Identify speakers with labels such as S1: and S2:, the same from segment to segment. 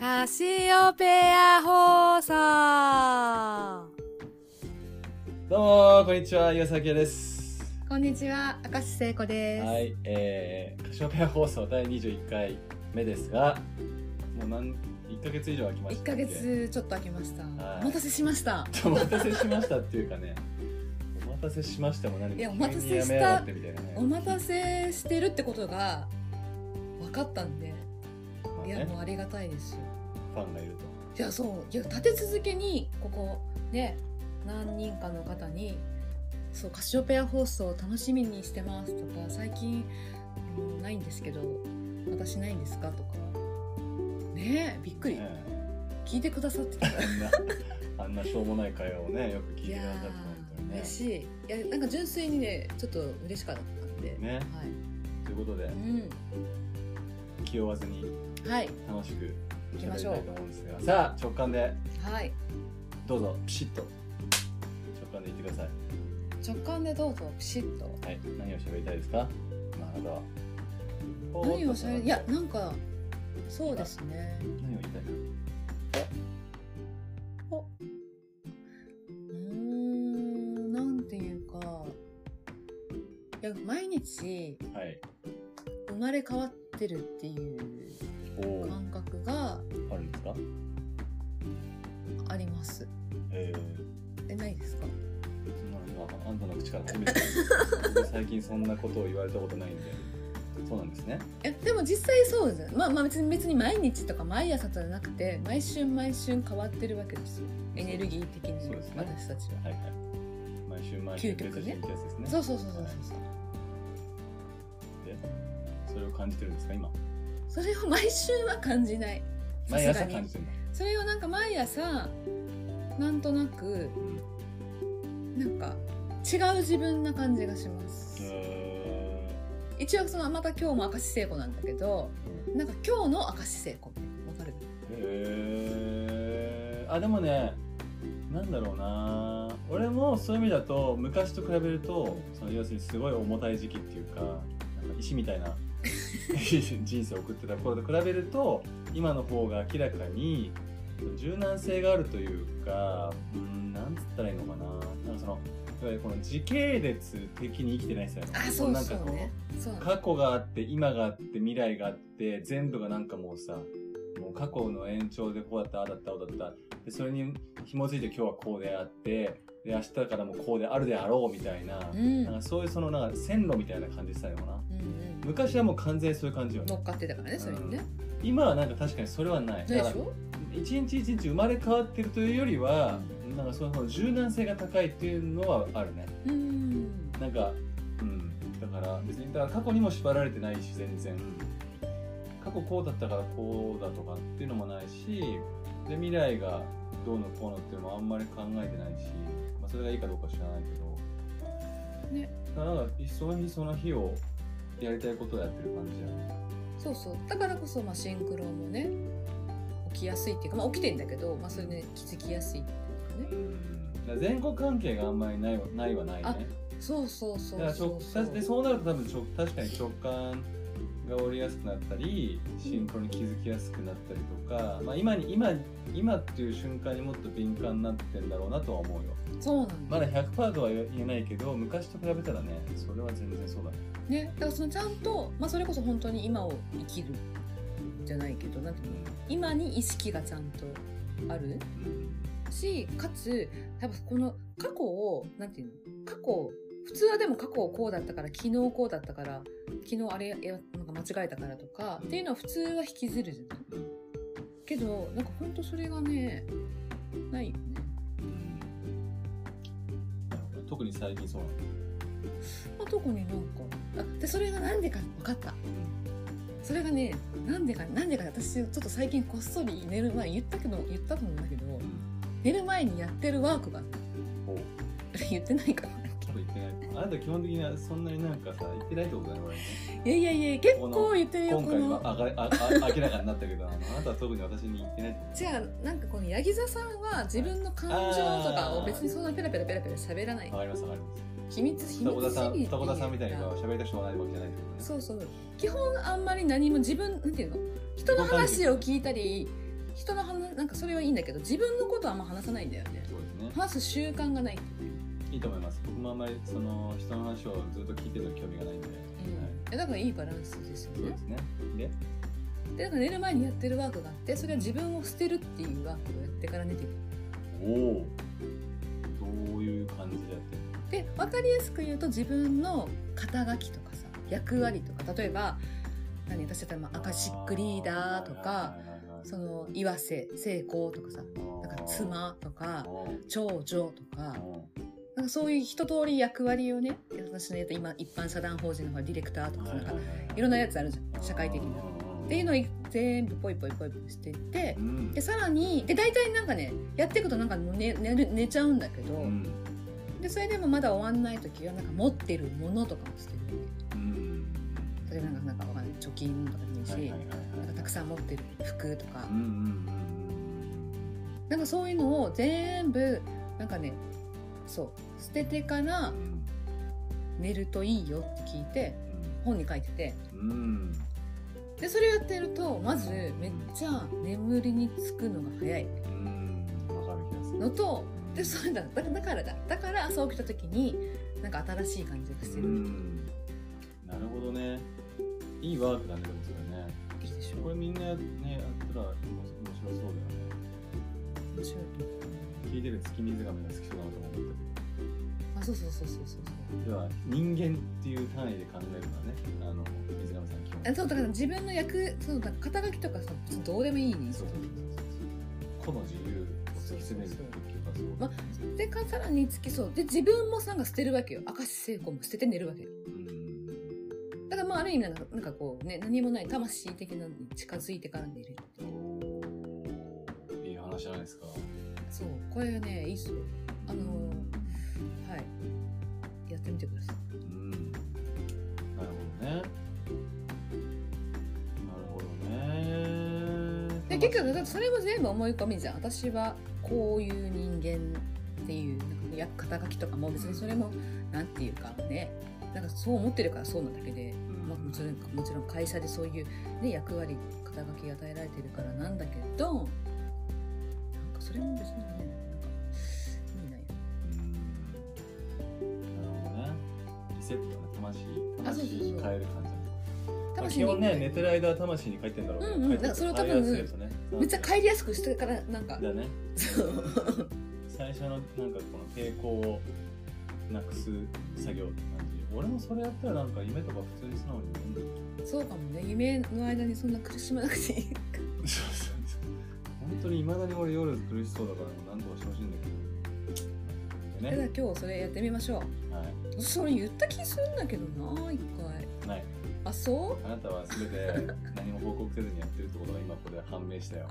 S1: ラシオペア放送
S2: どうもこんにちは岩崎です
S1: こんにちは、赤瀬聖子です。
S2: はいえー、カシオペア放送第21回目ですがもう何1ヶ月以上空きまし
S1: 1
S2: た
S1: ヶ
S2: っけ
S1: 月ちょっと空きました。
S2: はい
S1: お待たせしました。
S2: ちょっとお待たせしましたっていうかねお待たせしましたも何も
S1: いやお待たせ
S2: 急にやめやがってみたいなね
S1: お待たせしてるってことが分かったんで、
S2: まあ
S1: い
S2: ね
S1: やもうありがたいですよ。
S2: ファンがいる
S1: いやそう、いや立て続けにここね何人かの方に、そうカシオペア放送楽しみにしてますとか最近うんないんですけど私ないんですかとか。ねえびっく
S2: と、
S1: り、
S2: ね
S1: 聞いてくださってた
S2: あんなあんなしょうもない会話をねよく聞い
S1: い
S2: てく
S1: や
S2: ださって本当に
S1: ー
S2: ね
S1: 嬉しいいやなんか純粋にねちょっと嬉しかったんで、
S2: ね
S1: はい
S2: ということで
S1: う
S2: 気負わずに
S1: ん、はい、
S2: 楽しく
S1: 行き
S2: 喋
S1: ま
S2: り
S1: しょ
S2: たいと
S1: う。
S2: 思うんですがさあ直感で
S1: はい、
S2: どうぞピシッと直感で言ってください
S1: 直感でどうぞ、ピシッと。
S2: はい、何を喋りたいですか。まあ、あなたは。
S1: 何をしゃべる、いや、
S2: 何
S1: なんか、そうですね。
S2: を言いたいか。
S1: うーん、なんていうか。いや、毎日
S2: はい。
S1: 生まれ変わってるっていう
S2: おお、
S1: 感覚が
S2: あるんですか。
S1: あります。
S2: ええ
S1: え、ないですか。
S2: ー、そんなの、あ、あんたの口から初めて。僕最近そんなことを言われたことないんで。そうなんですね。
S1: え、でも実際そうです。まあ、まあ、別に、別に毎日とか毎朝じゃなくて、毎春毎春変わってるわけですよ。エネルギー的に、
S2: そうですね
S1: 私たちは。
S2: はいはい。毎週毎週
S1: 究極ね
S2: 別人ってやつですね。
S1: そうそうそうそうそうそう。
S2: で、それを感じてるんですか、今。
S1: それを毎週は感じないさ
S2: 毎
S1: す
S2: 朝
S1: が
S2: 感
S1: に
S2: じてるんだ。
S1: それをなんか毎朝なんとなく
S2: うん
S1: なんか違う自分な感じがします、
S2: え
S1: 一応そのまた今日も明石聖子なんだけど
S2: ー
S1: なんか今日の明石聖子わかる
S2: えーあ、でもね。なんだろうな俺もそういう意味だと昔と比べるとその要するにすごい重たい時期っていうかなんか石みた いな人生を送ってた頃と比べると今の方が明らかに柔軟性があるというかうんなんつったらいいのかななんかそのいわゆるこの時系列的に生きてないですよね。
S1: あそう
S2: なん
S1: そ
S2: か
S1: う
S2: こ
S1: ねそう
S2: 過去があって今があって未来があって全部がなんかもうさもう過去の延長でこうだったああだったああだったでそれに紐づいて今日はこうであってで明日からもこうであるであろうみたいな,、
S1: うんうん
S2: なんかそういうそのなんか線路みたいな感じしたよな
S1: うん
S2: 昔はもう完全にそういう感じよ
S1: 乗
S2: ね
S1: っかってたからねそれにね、
S2: 今はなんか確かにそれはない
S1: そうで
S2: だ
S1: し
S2: から
S1: ょ
S2: 一日一日生まれ変わってるというよりはなんかその柔軟性が高いっていうのはあるね
S1: うん
S2: なんか、うん、だから別にだから過去にも縛られてないし全然過去こうだったからこうだとかっていうのもないしで未来がどうのこうのっていうのもあんまり考えてないし、まあ、それがいいかどうか知らないけど、
S1: ね、
S2: だからなんかその日その日をやりたいことをやってる感じやね
S1: そうそうだからこそ、まあ、シンクロもね起きやすいっていうか、まあ、起きてんだけど、まあ、それで気づきやすいっていうかね
S2: うんだから全国関係があんまりないわないはない
S1: あ
S2: ね
S1: そうそうそう
S2: だから
S1: そ
S2: 直
S1: うそう
S2: でそうなると多分直確かに直感が折りやすくなったりシンクロに気づきやすくなったりとか、まあ、今に今今っていう瞬間にもっと敏感になってんだろうなとは思うよ
S1: そうなんだ
S2: まだ100%とは言えないけど昔と比べたらねそれは全然そうだね
S1: ね、だからそのちゃんと、まあ、それこそ本当に今を生きるじゃないけどなんていうの今に意識がちゃんとあるしかつやっぱこの過去をなんていうの過去普通はでも過去こうだったから昨日こうだったから昨日あれやなんか間違えたからとか、っていうのは普通は引きずるじゃない
S2: うん
S1: けどなんか本当それがねないよね
S2: うんうん特に最近そうなんだ
S1: まあ、特になんかあでそれがなんでか分かったそれがねなんでかなんでか私ちょっと最近こっそり寝る前言ったけど言ったと思うんだけど寝る前にやってるワークがあった
S2: おう
S1: あれ 言ってないかな
S2: これ言ってないあなた基本的にはそんなになんかさ言ってないってことだよ俺ね
S1: いやいやいや結構言ってるよ
S2: 今
S1: こ
S2: 回は
S1: の
S2: あがああ明らかになったけどあのあなたは特に私に言ってないって
S1: じゃあなんかこの八木座さんは自分の感情とかを別にそんなペラペラペラペラ喋らない
S2: わかりますわかります。
S1: 秘密秘密
S2: 双子田さん、
S1: 主義っていう
S2: 双子
S1: か
S2: 田さんみたいに喋りたくもないわけじゃないってことね。
S1: そうそう基本あんまり何も自分なんていうの人の話を聞いたり人の話なんかそれはいいんだけど自分のことはあんま話さないんだよね
S2: そうですね
S1: 話す習慣がない
S2: いいと思います僕もあんまりその人の話をずっと聞いてると興味がないんで、はい
S1: えだからいいバランスですよ
S2: そう
S1: ね
S2: ですねで
S1: でだから寝る前にやってるワークがあってそれは自分を捨てるっていうワークをやってから寝てくる
S2: おおどういう感じでやってる
S1: で分かりやすく言うと自分の肩書きとかさ役割とか例えば何私だったらまあアカシックリーダーとかその岩瀬成功とかさなんか妻とか長女とかなんかそういう一通り役割をね私の言うと今一般社団法人のほらディレクターとかさなんかいろんなやつあるじゃん社会的な。っていうのを全部ポイポイポイポイしていって
S2: うん
S1: でさらにで大体なんかねやっていくとなんかもう寝寝る寝ちゃうんだけど、
S2: うん
S1: でそれでもまだ終わんない時はなんか持ってるものとかも捨てるわ
S2: うん
S1: け例えばなんかなんかわかんない貯金とかでもいいし、
S2: はいはいはい
S1: なんかたくさん持ってる服とか、
S2: うんうん
S1: なんかそういうのを全部なんかねそう捨ててから
S2: うんうん
S1: 寝るといいよって聞いて本に書いてて
S2: うんうん
S1: でそれやってるとまずめっちゃ眠りにつくのが早い
S2: うんわかる気がする
S1: のとでそうだだだからだだから朝起きた時になんか新しい感じがして
S2: う
S1: る
S2: んなるほどねいいワークだねでもそれね
S1: いいでし
S2: こ
S1: ょ
S2: れみんなねやったら面白そうだよね
S1: 面白い
S2: 聞いてる月水亀が好きそうだなと思ったけど
S1: あそうそうそうそうそうそう
S2: 要は人間っていう単位で考えるのはねあの水上さん基本
S1: あそうだから自分の役そうだから肩書きとかさ別にどうでもいいね
S2: そうそうそうそう個の自由を突き詰めるっていうかそう
S1: までかさらにつきそうで自分もさんが捨てるわけよ明石聖子も捨てて寝るわけよ
S2: うん
S1: だからまあある意味なんかなんかこうね何もない魂的なのに近づいてから寝る
S2: おーいい話じゃないですか
S1: そうこれねいいっすよあのーはいやってみてください
S2: うんなるほどねなるほどね
S1: で結局だってそれも全部思い込みじゃん私はこういう人間っていうなんかや肩書きとかも別にそれもなんていうかねなんかそう思ってるからそうなだけで、
S2: うん
S1: まあ、もちろんもちろん会社でそういう、ね、役割肩書き与えられてるからなんだけどなんかそれも別にねなんか意味ないよ
S2: うんなるほどねリセットね魂
S1: あそうそうそう
S2: 魂に変える感じまあ
S1: 魂
S2: 基本ね寝
S1: に
S2: てる間は魂に帰ってんだろう
S1: うんうん
S2: 帰っ
S1: だ
S2: て
S1: からそれは多分
S2: 帰りやすいですね
S1: めっちゃ帰りやすくしてからなんか
S2: だね
S1: そう
S2: 最初のなんかこの抵抗をなくす作業って感じ俺もそれやったらなんか夢とか普通に素直に見る
S1: そうかもね夢の間にそんな苦しまなくていい
S2: そうそうそう本当にいまだに俺夜苦しそうだからもう何とかしてほしいんだけ
S1: だ
S2: ど
S1: から
S2: ね
S1: 今日それやってみましょう
S2: はい
S1: それ言った気するんだけどな一回
S2: ない
S1: あそ
S2: あなたは全て何も報告せずにやってるってことが今ここで判明したよ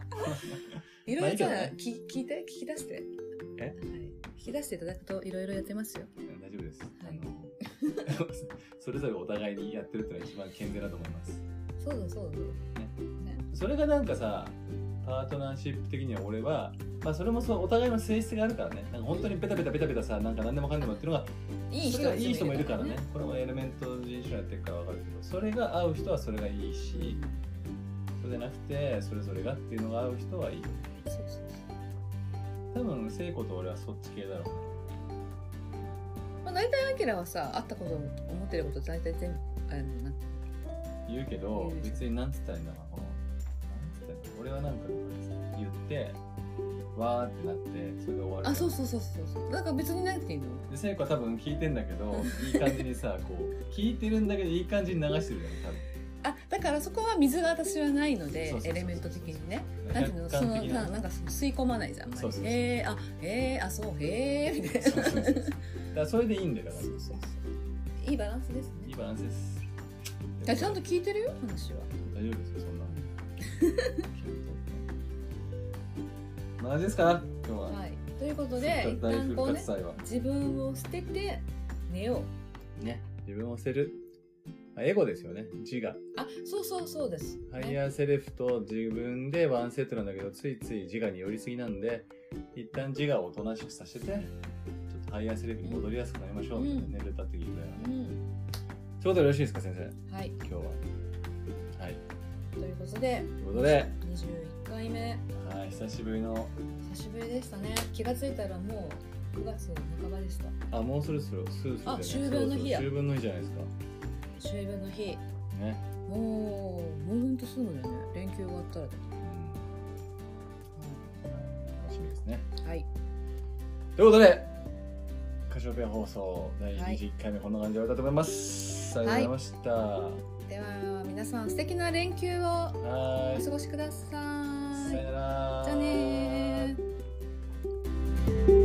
S1: ういろいろじゃあ、
S2: まあいいけどね
S1: き聞いて聞き出して
S2: え
S1: はい、聞き出していただくといろいろやってますよ
S2: 大丈夫です、
S1: はい
S2: あの それぞれお互いにやってるってのが一番健全だと思います
S1: そうだそうだ
S2: それがなんかさパートナーシップ的には俺は、まあ、それもそうお互いの性質があるからねなんか本当にペタペタペタペタさなんか何でもかんでもっていうのが
S1: いい人
S2: それがいい人もいるからね
S1: い
S2: これもエレメント人種やってるから分かるけどそれが合う人はそれがいいしそうじゃなくてそれぞれがっていうのが合う人はいい
S1: そうそうそう
S2: 多分聖子と俺はそっち系だろ
S1: まあ大体アキラはさ会ったこと思ってること大体全部あのなんて
S2: う言うけど別に何つったらいいんだろうなこのなんつったらいいんだろう俺はなんか言ってわーってなってそれで終わる
S1: あそうそうそうそうそうなんか別になんていうの
S2: で聖子は多分聞いてんだけどいい感じに さこう聞いてるんだけどいい感じに流してるよね
S1: あだからそこは水が私はないので
S2: そうそう
S1: エ
S2: そうそう
S1: レメント的にね
S2: 多
S1: な
S2: 分
S1: んていうのそ
S2: 客
S1: の
S2: 観的
S1: ななんかその吸い込まないじゃんあんまり
S2: そうそうそう
S1: へえあへえあそうへえみたいな
S2: そうそうそうだからそれでいいんだよだか
S1: そうそうそういいバランスです
S2: らい
S1: ね
S2: いバランスです
S1: だちゃんと聞いてるよ話は
S2: 大丈夫ですよそんな マジですか今日は、
S1: はいということ
S2: せ
S1: で
S2: っ
S1: 一
S2: かく大
S1: 旦こうね
S2: 復活祭は
S1: 自分を捨てて寝よう
S2: ね自分を捨てるまあエゴですよね自我
S1: あそうそうそうです、
S2: ハ
S1: ね
S2: イヤーセレフと自分でワンセットなんだけどついつい自我に寄りすぎなんで一旦自我をおとなしくさせてちょっとハイヤーセレフに戻りやすくなりましょうみたいなね、寝れた時ぐらいはね
S1: うん
S2: ちょうどよろしいですか先生
S1: はい
S2: 今日ははい
S1: ということで
S2: ということで、
S1: 21回目
S2: はい、久しぶりの、
S1: 久しぶりでしたね気がついたらもう9月半ばでした
S2: あ、もうそろそろ、そろそろ
S1: あ
S2: じゃない
S1: 秋分の日や
S2: そろそろ秋分の日じゃないですか。
S1: 秋分の日
S2: ね。
S1: もうもうほんとすぐだよね連休終わったらだ
S2: うん楽しみですね。
S1: はい
S2: ということで、カシオペア放送第21回目、こんな感じで終わりたいと思います。
S1: はい
S2: ありがとうございました。は
S1: では皆さん素敵な連休を
S2: ー
S1: お
S2: い。
S1: 過ごしください
S2: さよなら。
S1: じゃあねー